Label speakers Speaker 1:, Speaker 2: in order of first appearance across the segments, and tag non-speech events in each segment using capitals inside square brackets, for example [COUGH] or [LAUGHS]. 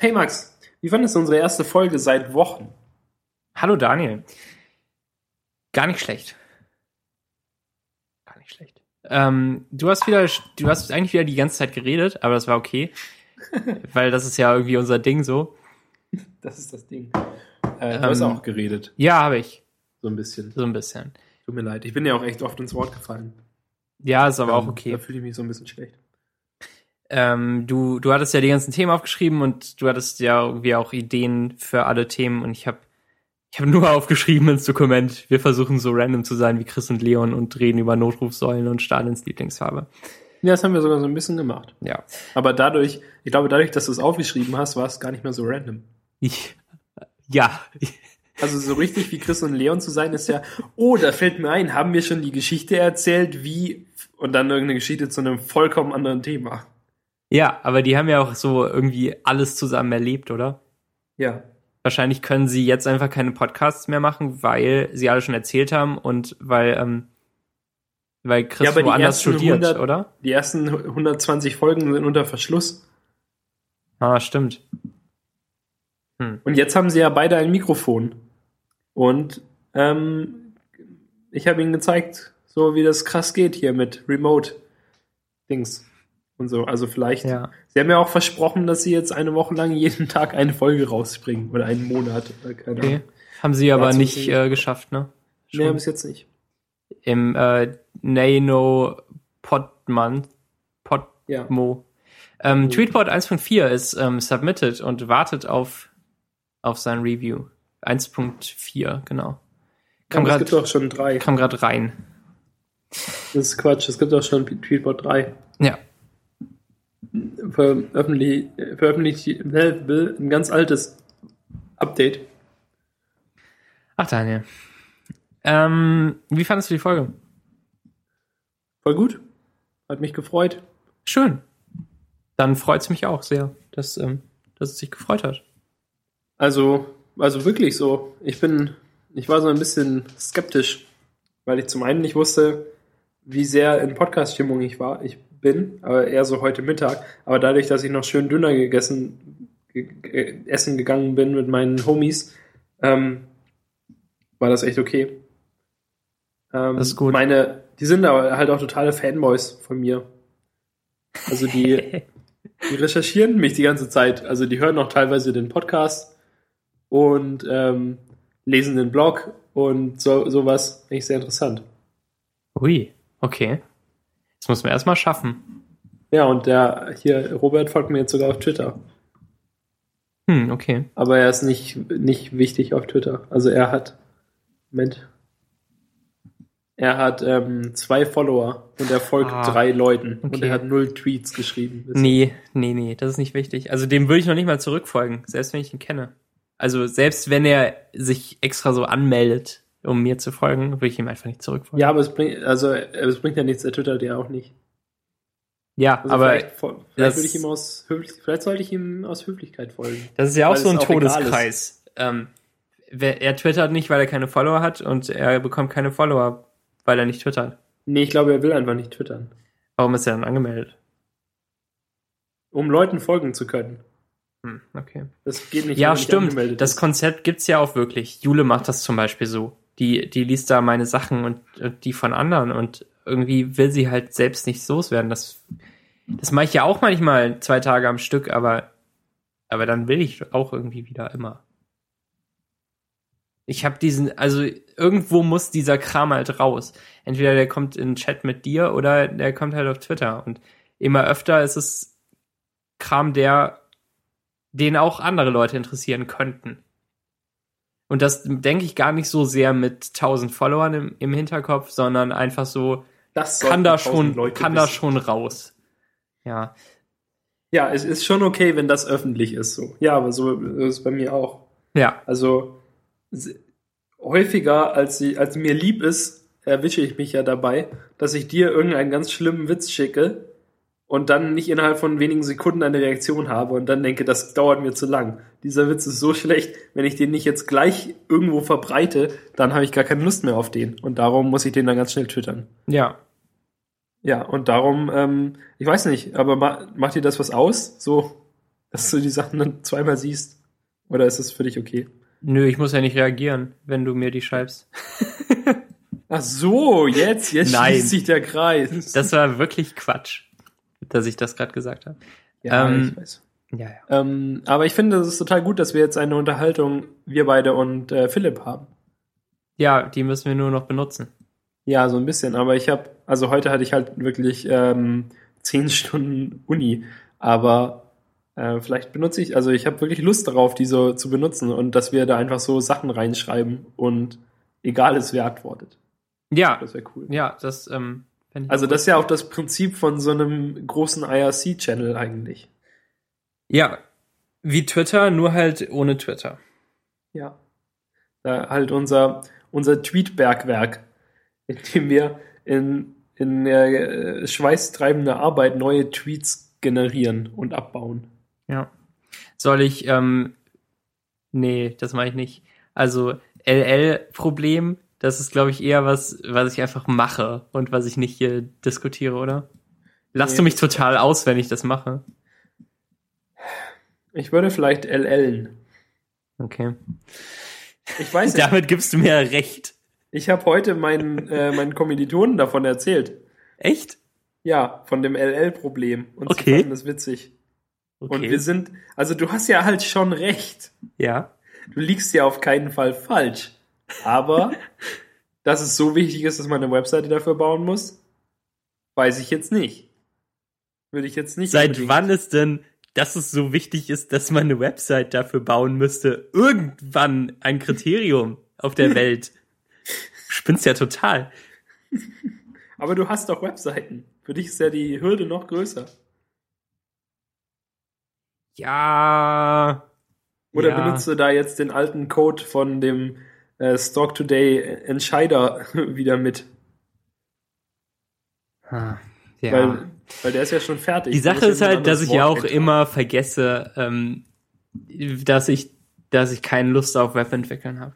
Speaker 1: Hey Max, wie fandest du unsere erste Folge seit Wochen?
Speaker 2: Hallo Daniel. Gar nicht schlecht. Gar nicht schlecht. Ähm, du hast wieder, du hast eigentlich wieder die ganze Zeit geredet, aber das war [LAUGHS] okay. Weil das ist ja irgendwie unser Ding so.
Speaker 1: Das ist das Ding. Äh, du hast
Speaker 2: Ähm.
Speaker 1: auch geredet,
Speaker 2: Ja, habe ich.
Speaker 1: so ein bisschen.
Speaker 2: So ein bisschen.
Speaker 1: Tut mir leid, ich bin ja auch echt oft ins Wort gefallen.
Speaker 2: Ja, ist aber auch
Speaker 1: Ähm,
Speaker 2: okay.
Speaker 1: Da fühle ich mich so ein bisschen schlecht.
Speaker 2: Ähm, du, du hattest ja die ganzen Themen aufgeschrieben und du hattest ja irgendwie auch Ideen für alle Themen und ich habe ich hab nur [LAUGHS] aufgeschrieben ins Dokument, wir versuchen so random zu sein wie Chris und Leon und reden über Notrufsäulen und Stalins Lieblingsfarbe.
Speaker 1: Ja, das haben wir sogar so ein bisschen gemacht.
Speaker 2: Ja.
Speaker 1: Aber dadurch, ich glaube, dadurch, dass du es aufgeschrieben hast, war es gar nicht mehr so random.
Speaker 2: Ich, ja.
Speaker 1: Also so richtig wie Chris und Leon zu sein, ist ja, oh, da fällt mir ein, haben wir schon die Geschichte erzählt, wie, und dann irgendeine Geschichte zu einem vollkommen anderen Thema.
Speaker 2: Ja, aber die haben ja auch so irgendwie alles zusammen erlebt, oder?
Speaker 1: Ja.
Speaker 2: Wahrscheinlich können sie jetzt einfach keine Podcasts mehr machen, weil sie alle schon erzählt haben und weil, ähm, weil
Speaker 1: Ja,
Speaker 2: Chris
Speaker 1: aber die
Speaker 2: woanders
Speaker 1: ersten
Speaker 2: studiert,
Speaker 1: 100
Speaker 2: oder?
Speaker 1: Die ersten 120 Folgen sind unter Verschluss.
Speaker 2: Ah, stimmt.
Speaker 1: Und jetzt haben sie ja beide ein Mikrofon. Und ähm, ich habe ihnen gezeigt, so wie das krass geht hier mit Remote-Dings und so. Also vielleicht.
Speaker 2: Ja.
Speaker 1: Sie haben ja auch versprochen, dass sie jetzt eine Woche lang jeden Tag eine Folge rausbringen oder einen Monat. Oder keine
Speaker 2: Okay.
Speaker 1: Ahnung.
Speaker 2: Haben sie aber
Speaker 1: Dazu
Speaker 2: nicht
Speaker 1: sind-
Speaker 2: äh, geschafft, ne?
Speaker 1: Nee,
Speaker 2: Schon.
Speaker 1: bis jetzt nicht.
Speaker 2: Im äh, Nano Podman Podmo.
Speaker 1: Ja.
Speaker 2: Ähm, Tweetbot 1.4 ist ähm, submitted und wartet auf, auf sein Review. 1.4, genau. Kam
Speaker 1: Aber es gibt
Speaker 2: gerade
Speaker 1: doch schon drei.
Speaker 2: kam grad rein.
Speaker 1: Das ist Quatsch. Es gibt doch schon Tweetbot 3.
Speaker 2: Ja.
Speaker 1: Veröffentlicht, veröffentlicht äh, ein ganz altes Update.
Speaker 2: Ach, Daniel. Ähm, wie fandest du die Folge?
Speaker 1: Voll gut. Hat mich gefreut.
Speaker 2: Schön. Dann freut es mich auch sehr, dass, ähm, dass es sich gefreut hat.
Speaker 1: Also, also wirklich so. Ich bin, ich war so ein bisschen skeptisch, weil ich zum einen nicht wusste, wie sehr in Podcast-Stimmung ich war. Ich bin, aber eher so heute Mittag. Aber dadurch, dass ich noch schön Döner gegessen, ge ge essen gegangen bin mit meinen Homies, ähm, war das echt okay. Ähm,
Speaker 2: Das ist gut.
Speaker 1: Meine, die sind aber halt auch totale Fanboys von mir. Also die,
Speaker 2: [LAUGHS]
Speaker 1: die recherchieren mich die ganze Zeit. Also die hören auch teilweise den Podcast und ähm, lesen den Blog und so, sowas. Echt sehr interessant.
Speaker 2: Ui, okay. Das muss man erstmal schaffen.
Speaker 1: Ja, und der hier, Robert folgt mir jetzt sogar auf Twitter.
Speaker 2: Hm, okay.
Speaker 1: Aber er ist nicht, nicht wichtig auf Twitter. Also er hat. Moment. Er hat ähm, zwei Follower und er folgt
Speaker 2: Ah,
Speaker 1: drei Leuten. Und
Speaker 2: okay.
Speaker 1: er hat null Tweets geschrieben.
Speaker 2: Nee, nee, nee, das ist nicht wichtig. Also dem würde ich noch nicht mal zurückfolgen, selbst wenn ich ihn kenne. Also selbst wenn er sich extra so anmeldet, um mir zu folgen, würde ich ihm einfach nicht zurückfolgen.
Speaker 1: Ja, aber es bringt, also, es bringt ja nichts, er twittert ja auch nicht.
Speaker 2: ja
Speaker 1: Also
Speaker 2: aber
Speaker 1: vielleicht, fol- vielleicht,
Speaker 2: das-
Speaker 1: würde ich ihm aus Höflich, vielleicht sollte ich ihm aus Höflichkeit folgen.
Speaker 2: das ist ja auch
Speaker 1: weil
Speaker 2: so
Speaker 1: es
Speaker 2: ein
Speaker 1: auch egal ist.
Speaker 2: Todeskreis. Ähm, wer, er twittert nicht, weil er keine Follower hat und er bekommt keine Follower, weil er nicht twittert.
Speaker 1: Nee, ich glaube, er will einfach nicht twittern.
Speaker 2: Warum ist er dann angemeldet?
Speaker 1: Um Leuten folgen zu können.
Speaker 2: Hm, okay.
Speaker 1: Das geht nicht. wenn
Speaker 2: Ja,
Speaker 1: man nicht angemeldet
Speaker 2: stimmt. Das
Speaker 1: ist.
Speaker 2: Konzept gibt's ja auch wirklich. Jule macht das zum Beispiel so. Die, die liest da meine Sachen und, und die von anderen und irgendwie will sie halt selbst nicht loswerden. Das, das mache ich ja auch manchmal zwei Tage am Stück, aber, aber dann will ich auch irgendwie wieder immer. Ich habe diesen, also irgendwo muss dieser Kram halt raus. Entweder der kommt in den Chat mit dir oder der kommt halt auf Twitter. Und immer öfter ist es Kram, der den auch andere Leute interessieren könnten. Und das denke ich gar nicht so sehr mit 1000 Followern im, im Hinterkopf, sondern einfach so,
Speaker 1: das
Speaker 2: kann
Speaker 1: sollten
Speaker 2: da
Speaker 1: 1000
Speaker 2: schon,
Speaker 1: Leute
Speaker 2: kann da
Speaker 1: wissen.
Speaker 2: schon raus. Ja.
Speaker 1: Ja, es ist schon okay, wenn das öffentlich ist. So. Ja, aber so ist es bei mir auch.
Speaker 2: Ja.
Speaker 1: Also s- häufiger, als, sie, als mir lieb ist, erwische ich mich ja dabei, dass ich dir irgendeinen ganz schlimmen Witz schicke und dann nicht innerhalb von wenigen Sekunden eine Reaktion habe und dann denke, das dauert mir zu lang. Dieser Witz ist so schlecht, wenn ich den nicht jetzt gleich irgendwo verbreite, dann habe ich gar keine Lust mehr auf den. Und darum muss ich den dann ganz schnell twittern.
Speaker 2: Ja.
Speaker 1: Ja, und darum, ähm, ich weiß nicht, aber ma macht dir das was aus? So, dass du die Sachen dann zweimal siehst? Oder ist das für dich okay?
Speaker 2: Nö, ich muss ja nicht reagieren, wenn du mir die schreibst.
Speaker 1: Ach so, jetzt, jetzt
Speaker 2: Nein.
Speaker 1: schließt sich der Kreis.
Speaker 2: Das war wirklich Quatsch, dass ich das gerade gesagt habe.
Speaker 1: ja,
Speaker 2: ähm,
Speaker 1: ich weiß.
Speaker 2: Ja, ja.
Speaker 1: Ähm, aber ich finde, es ist total gut, dass wir jetzt eine Unterhaltung, wir beide und äh, Philipp haben.
Speaker 2: Ja, die müssen wir nur noch benutzen.
Speaker 1: Ja, so ein bisschen. Aber ich habe, also heute hatte ich halt wirklich ähm, zehn Stunden Uni. Aber äh, vielleicht benutze ich, also ich habe wirklich Lust darauf, die so zu benutzen und dass wir da einfach so Sachen reinschreiben und egal ist, wer antwortet.
Speaker 2: Ja,
Speaker 1: Das wäre cool.
Speaker 2: ja, das ähm, fänd ich
Speaker 1: Also das ist ja auch das Prinzip von so einem großen IRC-Channel eigentlich.
Speaker 2: Ja, wie Twitter, nur halt ohne Twitter.
Speaker 1: Ja. Da halt unser, unser Tweet-Bergwerk, in dem wir in, in äh, schweißtreibender Arbeit neue Tweets generieren und abbauen.
Speaker 2: Ja. Soll ich, ähm, nee, das mache ich nicht. Also LL-Problem, das ist, glaube ich, eher was, was ich einfach mache und was ich nicht hier diskutiere, oder? Lass
Speaker 1: Nee.
Speaker 2: du mich total aus, wenn ich das mache.
Speaker 1: Ich würde vielleicht LLen. [LAUGHS]
Speaker 2: Okay.
Speaker 1: Ich weiß nicht.
Speaker 2: Damit gibst du mir recht.
Speaker 1: Ich habe heute meinen, äh, meinen Kommilitonen davon erzählt.
Speaker 2: Echt?
Speaker 1: Ja, von dem LL-Problem. Und
Speaker 2: Okay.
Speaker 1: sie fanden das witzig. Und wir sind, also du hast ja halt schon recht.
Speaker 2: ja.
Speaker 1: Du liegst ja auf keinen Fall falsch.
Speaker 2: [LAUGHS]
Speaker 1: Aber dass es so wichtig ist, dass man eine Webseite dafür bauen muss, weiß ich jetzt nicht. Würde ich jetzt nicht.
Speaker 2: Seit
Speaker 1: unbedingt-
Speaker 2: wann ist denn, dass es so wichtig ist, dass man eine Website dafür bauen müsste, irgendwann ein Kriterium
Speaker 1: [LAUGHS]
Speaker 2: auf der Welt? Spinnst ja total.
Speaker 1: Aber du hast doch Webseiten. Für dich ist ja die Hürde noch größer.
Speaker 2: Ja.
Speaker 1: Oder
Speaker 2: ja.
Speaker 1: benutzt du da jetzt den alten Code von dem äh, Stock Today Entscheider [LAUGHS] wieder mit?
Speaker 2: Ah, Ja.
Speaker 1: Weil, weil der ist ja schon fertig.
Speaker 2: Die
Speaker 1: Du musst
Speaker 2: Sache ist
Speaker 1: ja nur ein
Speaker 2: halt, dass
Speaker 1: anderes
Speaker 2: ich ja
Speaker 1: Wort
Speaker 2: auch
Speaker 1: eintragen.
Speaker 2: immer vergesse, ähm, dass ich, dass ich keine Lust auf Webentwickeln habe.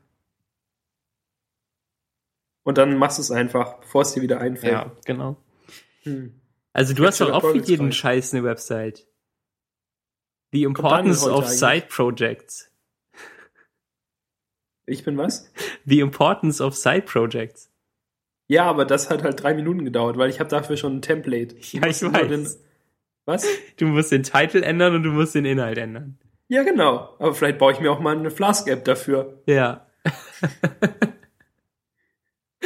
Speaker 1: Und dann machst du es einfach, bevor es dir wieder einfällt.
Speaker 2: Ja, genau.
Speaker 1: Hm.
Speaker 2: Also du hast
Speaker 1: schon
Speaker 2: doch auch für
Speaker 1: erfolgreich.
Speaker 2: jeden Scheiß eine Website. The
Speaker 1: dann
Speaker 2: importance
Speaker 1: heute
Speaker 2: of
Speaker 1: eigentlich?
Speaker 2: side projects.
Speaker 1: Ich bin was?
Speaker 2: The importance of side projects.
Speaker 1: Ja, aber das hat halt drei Minuten gedauert, weil ich habe dafür schon ein Template.
Speaker 2: Ja, ich
Speaker 1: nur den-
Speaker 2: weiß.
Speaker 1: Was?
Speaker 2: Du musst den Titel ändern und du musst den Inhalt ändern.
Speaker 1: Ja, genau. Aber vielleicht baue ich mir auch mal eine Flask-App dafür.
Speaker 2: Ja.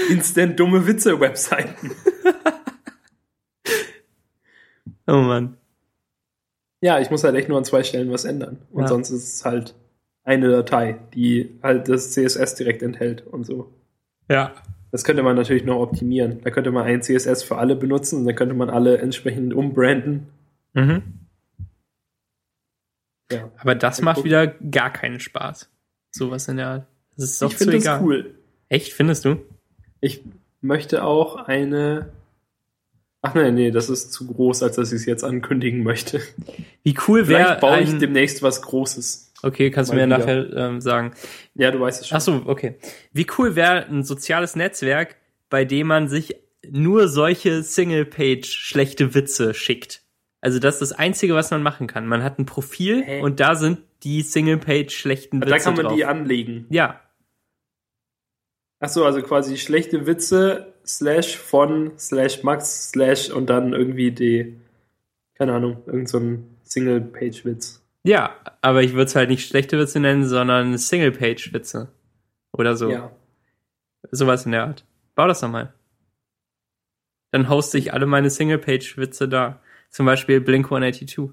Speaker 1: Instant dumme Witze-Webseiten.
Speaker 2: Oh Mann.
Speaker 1: Ja, ich muss halt echt nur an zwei Stellen was ändern. Und
Speaker 2: Ja.
Speaker 1: sonst ist es halt eine Datei, die halt das CSS direkt enthält und so.
Speaker 2: Ja.
Speaker 1: Das könnte man natürlich noch optimieren. Da könnte man ein CSS für alle benutzen und dann könnte man alle entsprechend umbranden.
Speaker 2: Mhm.
Speaker 1: Ja.
Speaker 2: Aber das
Speaker 1: Mal
Speaker 2: macht
Speaker 1: gucken.
Speaker 2: wieder gar keinen Spaß. Sowas in der Art. Das ist doch
Speaker 1: ich
Speaker 2: zu
Speaker 1: finde
Speaker 2: egal.
Speaker 1: das cool.
Speaker 2: Echt, findest du?
Speaker 1: Ich möchte auch eine. Ach nein, nee, das ist zu groß, als dass ich es jetzt ankündigen möchte.
Speaker 2: Wie cool
Speaker 1: Vielleicht
Speaker 2: wäre
Speaker 1: baue ich
Speaker 2: ein...
Speaker 1: demnächst was Großes.
Speaker 2: Okay, kannst du
Speaker 1: mal
Speaker 2: mir
Speaker 1: wieder.
Speaker 2: nachher ähm, sagen.
Speaker 1: Ja, du weißt es schon.
Speaker 2: Ach so, okay. Wie cool wäre ein soziales Netzwerk, bei dem man sich nur solche Single-Page schlechte Witze schickt. Also das ist das Einzige, was man machen kann. Man hat ein Profil
Speaker 1: Hä?
Speaker 2: und da sind die Single-Page schlechten Witze
Speaker 1: da kann man
Speaker 2: drauf.
Speaker 1: die anlegen.
Speaker 2: ja,
Speaker 1: Ach so, also quasi schlechte Witze, slash von, slash Max, slash und dann irgendwie die, keine Ahnung, irgend so ein Single-Page-Witz.
Speaker 2: ja, aber ich würde es halt nicht schlechte Witze nennen, sondern Single-Page-Witze. Oder so.
Speaker 1: Ja.
Speaker 2: Sowas in der Art. Bau das doch mal. Dann hoste ich alle meine Single-Page-Witze da. Zum Beispiel Blink 182.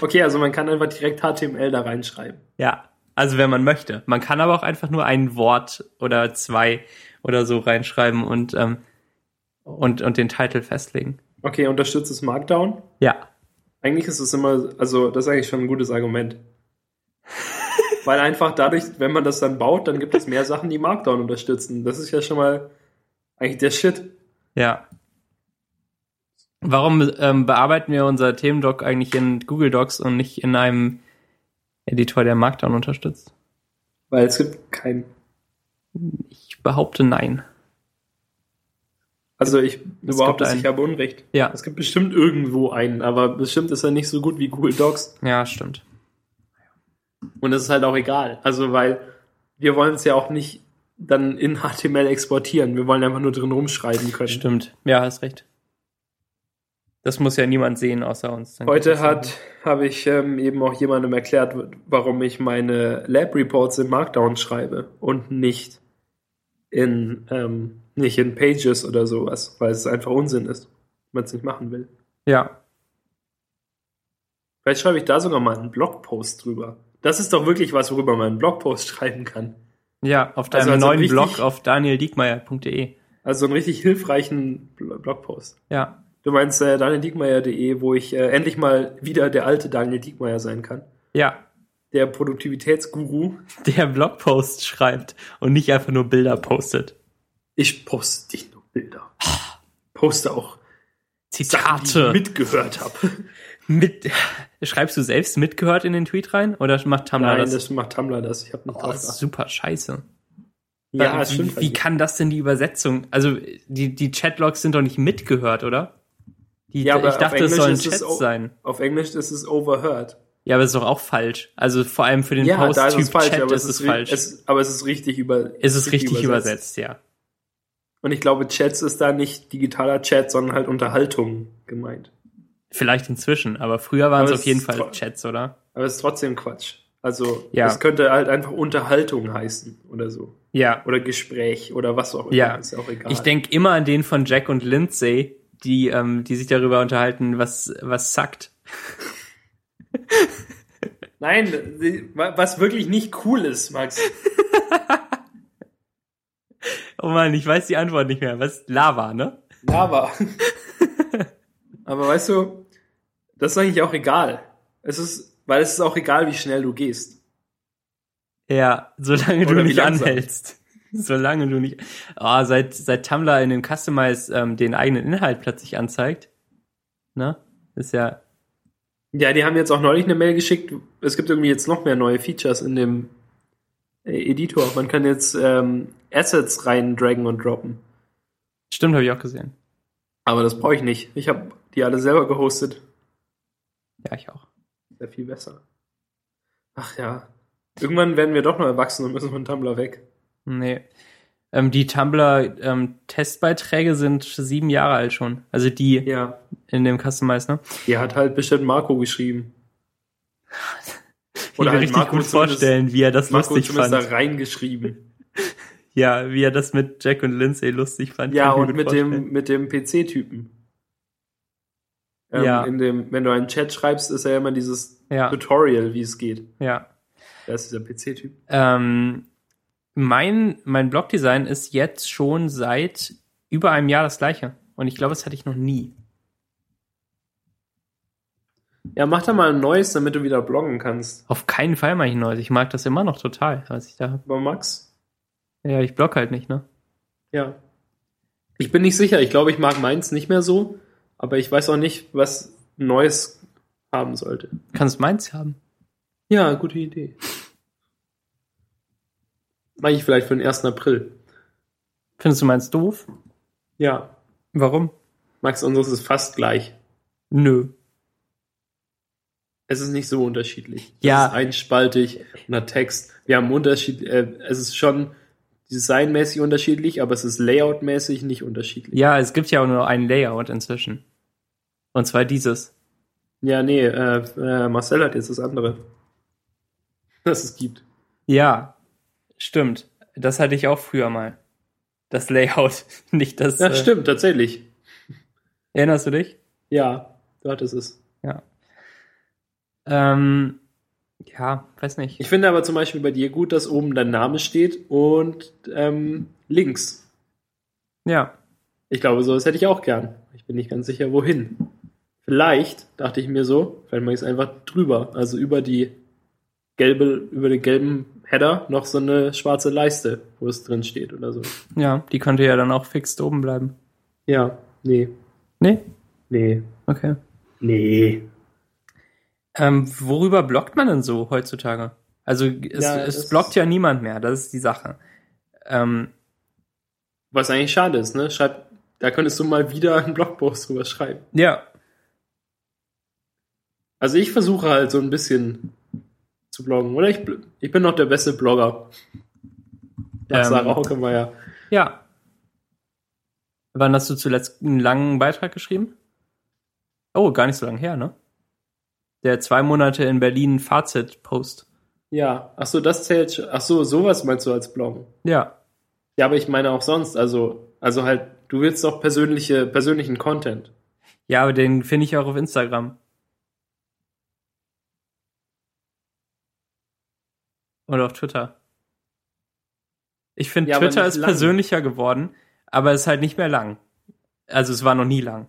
Speaker 1: okay, also man kann einfach direkt HTML da reinschreiben.
Speaker 2: Ja, also wenn man möchte. Man kann aber auch einfach nur ein Wort oder zwei oder so reinschreiben und, ähm, und, und den Titel festlegen.
Speaker 1: Okay, unterstützt es Markdown?
Speaker 2: Ja.
Speaker 1: Eigentlich ist es immer, also das ist eigentlich schon ein gutes
Speaker 2: [LAUGHS]
Speaker 1: Argument. Weil einfach dadurch, wenn man das dann baut, dann gibt es mehr Sachen, die Markdown unterstützen. Das ist ja schon mal eigentlich der Shit.
Speaker 2: Ja. Warum ähm, bearbeiten wir unser Themendoc eigentlich in Google Docs und nicht in einem Editor, der Markdown unterstützt?
Speaker 1: Weil es gibt kein.
Speaker 2: Ich behaupte nein.
Speaker 1: Also ich
Speaker 2: Es
Speaker 1: überhaupt
Speaker 2: gibt
Speaker 1: nicht,
Speaker 2: einen.
Speaker 1: ich habe Unrecht.
Speaker 2: Ja,
Speaker 1: Es gibt bestimmt irgendwo einen, aber bestimmt ist er nicht so gut wie Google Docs.
Speaker 2: ja, stimmt.
Speaker 1: Und das ist halt auch egal. Also weil wir wollen es ja auch nicht dann in HTML exportieren. Wir wollen einfach nur drin rumschreiben können.
Speaker 2: Stimmt. Ja, hast recht. Das muss ja niemand sehen außer uns. Dann
Speaker 1: Heute
Speaker 2: geht das
Speaker 1: hat habe ich ähm, eben auch jemandem erklärt, warum ich meine Lab Reports in Markdown schreibe und nicht in ähm, nicht in Pages oder sowas, weil es einfach Unsinn ist, man es nicht machen will.
Speaker 2: Ja,
Speaker 1: Vielleicht schreibe ich da sogar mal einen Blogpost drüber. Das ist doch wirklich was, worüber man einen Blogpost [LAUGHS] schreiben kann.
Speaker 2: ja, auf deinem
Speaker 1: Also, also
Speaker 2: neuen
Speaker 1: richtig-
Speaker 2: Blog auf danieldiekmeyer.de.
Speaker 1: Also einen richtig hilfreichen Bl- Blogpost.
Speaker 2: Ja,
Speaker 1: Du meinst äh, danieldiekmeyer.de, wo ich äh, endlich mal wieder der alte Daniel Diekmeyer sein kann.
Speaker 2: ja.
Speaker 1: Der Produktivitätsguru.
Speaker 2: Der Blogpost schreibt und nicht einfach nur Bilder postet.
Speaker 1: Ich poste nicht nur Bilder.
Speaker 2: Ah.
Speaker 1: Poste auch Sachen, die ich
Speaker 2: Zitate.
Speaker 1: mitgehört habe.
Speaker 2: Mit, schreibst du selbst mitgehört in den Tweet rein oder macht Tamla
Speaker 1: Nein,
Speaker 2: das?
Speaker 1: das macht Tumblr das. Ich habe nicht
Speaker 2: oh, das ist super scheiße.
Speaker 1: Ja,
Speaker 2: wie,
Speaker 1: es stimmt. also.
Speaker 2: wie kann das denn die Übersetzung? Also die, die Chatlogs sind doch nicht mitgehört, oder? Die,
Speaker 1: Ja, aber
Speaker 2: ich
Speaker 1: auf
Speaker 2: dachte, es
Speaker 1: Englisch
Speaker 2: sollen
Speaker 1: ist es
Speaker 2: Chats
Speaker 1: auch-
Speaker 2: sein.
Speaker 1: Auf Englisch ist es overheard.
Speaker 2: Ja, aber ist doch auch falsch. Also vor allem für den
Speaker 1: ja, da ist
Speaker 2: Post-Typ
Speaker 1: es falsch,
Speaker 2: Chat
Speaker 1: aber
Speaker 2: ist
Speaker 1: es
Speaker 2: es
Speaker 1: ist, ri-
Speaker 2: falsch. Es,
Speaker 1: Es, aber es ist richtig über.
Speaker 2: ist es richtig übersetzt, ja.
Speaker 1: Und ich glaube, Chats ist da nicht digitaler Chat, sondern halt Unterhaltung gemeint.
Speaker 2: Vielleicht inzwischen, aber früher waren
Speaker 1: Aber
Speaker 2: es auf
Speaker 1: es
Speaker 2: jeden
Speaker 1: ist
Speaker 2: Fall
Speaker 1: tro-
Speaker 2: Chats, oder?
Speaker 1: Aber es ist trotzdem Quatsch. Also
Speaker 2: Ja.
Speaker 1: es könnte halt einfach Unterhaltung heißen oder so.
Speaker 2: Ja.
Speaker 1: Oder Gespräch oder was auch immer.
Speaker 2: Ja.
Speaker 1: Ist ja auch egal.
Speaker 2: Ich denke immer an den von Jack und Lindsay, die, ähm, die sich darüber unterhalten, was, was sackt.
Speaker 1: Nein, sie- wa- was wirklich nicht cool ist, Max.
Speaker 2: Oh Mann, ich weiß die Antwort nicht mehr. Was? Lava, ne?
Speaker 1: Lava. Aber weißt du, das ist eigentlich auch egal. Es ist, weil es ist auch egal, wie schnell du gehst.
Speaker 2: Ja, solange du
Speaker 1: Oder wie
Speaker 2: nicht
Speaker 1: langsam.
Speaker 2: anhältst. [LAUGHS] Solange du nicht. Ah, seit, seit Tumblr in dem Customize ähm, den eigenen Inhalt plötzlich anzeigt. Ne? Ist ja.
Speaker 1: Ja, die haben jetzt auch neulich eine Mail geschickt. Es gibt irgendwie jetzt noch mehr neue Features in dem äh, Editor. Man kann jetzt ähm, Assets rein draggen und droppen.
Speaker 2: Stimmt, habe ich auch gesehen.
Speaker 1: Aber das brauche ich nicht. Ich habe die alle selber gehostet.
Speaker 2: Ja, ich auch.
Speaker 1: Sehr viel besser. Ach ja. Irgendwann werden wir doch noch erwachsen und müssen von Tumblr weg.
Speaker 2: Nee. Ähm, die Tumblr-Testbeiträge sind sieben Jahre alt schon. Also die
Speaker 1: Ja.
Speaker 2: in dem Customize, ne?
Speaker 1: Die hat halt bestimmt Marco geschrieben.
Speaker 2: Ich kann mir richtig gut
Speaker 1: halt zumindest-
Speaker 2: vorstellen, wie er das
Speaker 1: Marco
Speaker 2: lustig
Speaker 1: zumindest
Speaker 2: fand.
Speaker 1: da [LAUGHS] reingeschrieben.
Speaker 2: Ja, wie er das mit Jack und Lindsay lustig fand.
Speaker 1: Ja,
Speaker 2: kann ich mir
Speaker 1: und
Speaker 2: gut
Speaker 1: mit
Speaker 2: vorstellen.
Speaker 1: dem, mit dem PC-Typen. Ähm,
Speaker 2: Ja.
Speaker 1: In dem, wenn du einen Chat schreibst, ist ja immer dieses
Speaker 2: Ja,
Speaker 1: Tutorial, wie es geht.
Speaker 2: ja.
Speaker 1: Das ist dieser PC-Typ.
Speaker 2: Ähm, mein, mein Blogdesign ist jetzt schon seit über einem Jahr das gleiche. Und ich glaube, das hatte ich noch nie.
Speaker 1: Ja, mach da mal ein neues, damit du wieder bloggen kannst.
Speaker 2: Auf keinen Fall mache ich ein neues. Ich mag das immer noch total, was ich da habe.
Speaker 1: Aber Max?
Speaker 2: Ja, ich blog halt nicht, ne?
Speaker 1: Ja. Ich bin nicht sicher. Ich glaube, ich mag meins nicht mehr so. Aber ich weiß auch nicht, was Neues haben sollte.
Speaker 2: Kannst meins haben.
Speaker 1: Ja, gute Idee. Mach ich vielleicht für den 1. April.
Speaker 2: Findest du meins doof?
Speaker 1: Ja,
Speaker 2: Warum?
Speaker 1: Max, unseres ist fast gleich.
Speaker 2: Nö.
Speaker 1: Es ist nicht so unterschiedlich.
Speaker 2: Ja.
Speaker 1: Es ist einspaltig und hat Text. Wir haben Unterschied. Äh, es ist schon designmäßig unterschiedlich, aber es ist layoutmäßig nicht unterschiedlich.
Speaker 2: Ja, es gibt ja auch nur einen Layout inzwischen. Und zwar dieses.
Speaker 1: Ja, nee, äh, äh, Marcel hat jetzt das andere. [LAUGHS] Das es gibt.
Speaker 2: Ja, stimmt. Das hatte ich auch früher mal. Das Layout, [LAUGHS] nicht das.
Speaker 1: Ja,
Speaker 2: äh,
Speaker 1: stimmt, tatsächlich.
Speaker 2: Erinnerst du dich?
Speaker 1: Ja, du hattest es.
Speaker 2: Ähm, ja, weiß nicht.
Speaker 1: Ich finde aber zum Beispiel bei dir gut, dass oben dein Name steht und ähm, links.
Speaker 2: Ja,
Speaker 1: Ich glaube, sowas hätte ich auch gern. Ich bin nicht ganz sicher, wohin. Vielleicht, dachte ich mir so, vielleicht mache ich es einfach drüber, also über die gelbe, über den gelben Header noch so eine schwarze Leiste, wo es drin steht oder so.
Speaker 2: ja, die könnte ja dann auch fix oben bleiben.
Speaker 1: Ja, nee,
Speaker 2: Nee?
Speaker 1: nee,
Speaker 2: Okay.
Speaker 1: nee.
Speaker 2: Ähm, worüber bloggt man denn so heutzutage? Also, es,
Speaker 1: Ja,
Speaker 2: es
Speaker 1: das-
Speaker 2: bloggt ja niemand mehr, das ist die Sache. Ähm,
Speaker 1: Was eigentlich schade ist, ne? Schreibt Da könntest du mal wieder einen Blogpost drüber schreiben.
Speaker 2: Ja.
Speaker 1: Also ich versuche halt so ein bisschen zu bloggen, oder? Ich, bl- ich bin noch der beste Blogger. Nach
Speaker 2: Ähm.
Speaker 1: Sarah Hockemeyer.
Speaker 2: Ja. Wann hast du zuletzt einen langen Beitrag geschrieben? Oh, gar nicht so lange her, ne? Der zwei Monate in Berlin Fazit-Post.
Speaker 1: Ja, ach so, das zählt. sch- Ach so, sowas meinst du als Bloggen?
Speaker 2: Ja.
Speaker 1: Ja, aber ich meine auch sonst. Also, also halt, du willst doch persönliche, persönlichen Content.
Speaker 2: Ja, aber den finde ich auch auf Instagram. Oder auf Twitter. Ich finde,
Speaker 1: Ja, aber
Speaker 2: Twitter
Speaker 1: nicht
Speaker 2: ist
Speaker 1: lang.
Speaker 2: persönlicher geworden, aber es ist halt nicht mehr lang. Also es war noch nie lang.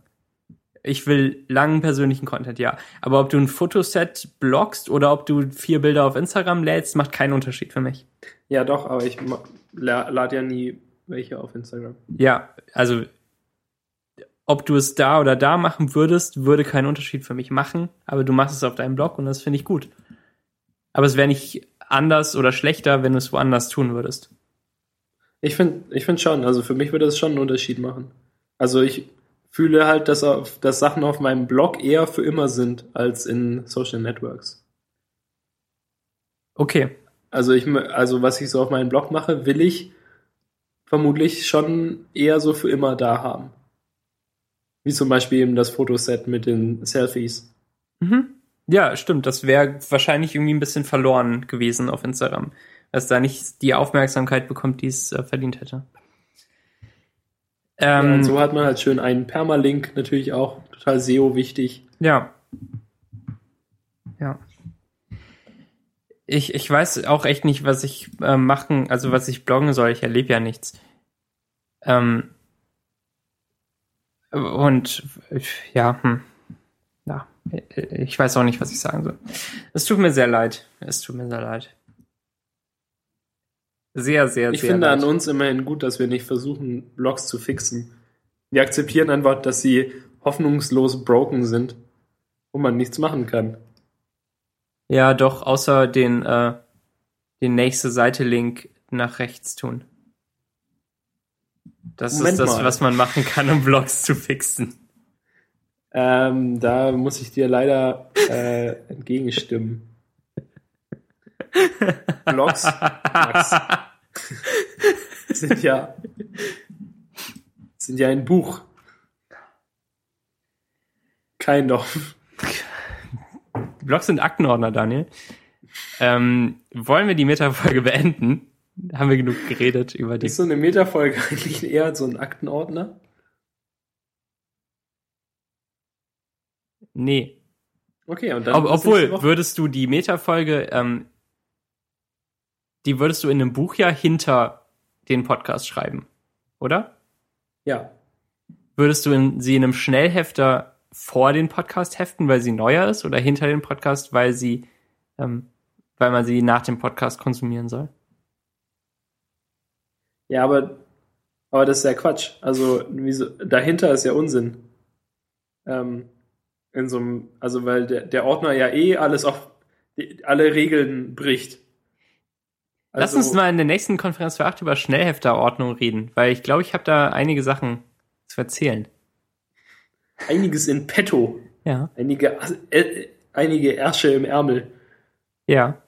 Speaker 2: Ich will langen persönlichen Content, ja. Aber ob du ein Fotoset bloggst oder ob du vier Bilder auf Instagram lädst, macht keinen Unterschied für mich.
Speaker 1: Ja, doch, aber ich ma- la- lade ja nie welche auf Instagram.
Speaker 2: Ja, also ob du es da oder da machen würdest, würde keinen Unterschied für mich machen, aber du machst es auf deinem Blog und das finde ich gut. Aber es wäre nicht anders oder schlechter, wenn du es woanders tun würdest.
Speaker 1: Ich finde ich find schon, also für mich würde das schon einen Unterschied machen. Also ich fühle halt, dass, auf, dass Sachen auf meinem Blog eher für immer sind als in Social Networks.
Speaker 2: Okay,
Speaker 1: Also ich mö- also was ich so auf meinem Blog mache, will ich vermutlich schon eher so für immer da haben. Wie zum Beispiel eben das Fotoset mit den Selfies.
Speaker 2: Mhm. Ja, stimmt. Das wäre wahrscheinlich irgendwie ein bisschen verloren gewesen auf Instagram, dass da nicht die Aufmerksamkeit bekommt, die es äh, verdient hätte.
Speaker 1: ja,
Speaker 2: Ähm,
Speaker 1: und so hat man halt schön einen Permalink, natürlich auch total SEO wichtig.
Speaker 2: ja. Ja. Ich, ich weiß auch echt nicht, was ich äh, machen, also was ich bloggen soll. Ich erlebe ja nichts. Ähm, und ich- ja, hm. ja, ich weiß auch nicht, was ich sagen soll. Es tut mir sehr leid. Es tut mir sehr leid. Sehr, sehr,
Speaker 1: Ich
Speaker 2: sehr
Speaker 1: finde
Speaker 2: leid.
Speaker 1: an uns immerhin gut, dass wir nicht versuchen, Blogs zu fixen. Wir akzeptieren einfach, dass sie hoffnungslos broken sind und man nichts machen kann.
Speaker 2: Ja, doch, außer den, äh, den nächste Seite-Link nach rechts tun. Das
Speaker 1: Moment
Speaker 2: ist das,
Speaker 1: mal.
Speaker 2: was man machen kann, um Blogs zu fixen.
Speaker 1: Ähm, da muss ich dir leider äh, entgegenstimmen. Blogs Max. sind ja sind ja ein Buch. Kein Dorf.
Speaker 2: Blogs sind Aktenordner, Daniel. Ähm, wollen wir die Metafolge beenden? Haben wir genug geredet über die.
Speaker 1: Ist so eine Metafolge [LAUGHS] eigentlich eher so ein Aktenordner?
Speaker 2: Nee.
Speaker 1: Okay, und dann
Speaker 2: Ob,
Speaker 1: bis nächste
Speaker 2: obwohl,
Speaker 1: Woche.
Speaker 2: würdest du die Metafolge, ähm, die würdest du in einem Buch ja hinter den Podcast schreiben, oder?
Speaker 1: ja,
Speaker 2: Würdest du in, sie in einem Schnellhefter vor den Podcast heften, weil sie neuer ist, oder hinter den Podcast, weil sie, ähm, weil man sie nach dem Podcast konsumieren soll?
Speaker 1: Ja, aber, aber das ist ja Quatsch. Also, wieso, dahinter ist ja Unsinn. Ähm, in so einem, also, weil der, der Ordner ja eh alles auf, die- alle Regeln bricht. Also,
Speaker 2: Lass uns mal in der nächsten Konferenz für acht über Schnellhefterordnung reden, weil ich glaube, ich habe da einige Sachen zu erzählen.
Speaker 1: Einiges in petto.
Speaker 2: Ja,
Speaker 1: Einige, äh, einige Ärsche im Ärmel.
Speaker 2: ja.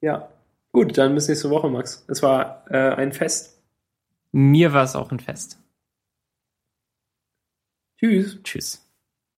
Speaker 1: Ja. Gut, dann bis nächste Woche, Max. Es war äh, ein Fest.
Speaker 2: Mir war es auch ein Fest.
Speaker 1: Tschüss.
Speaker 2: Tschüss.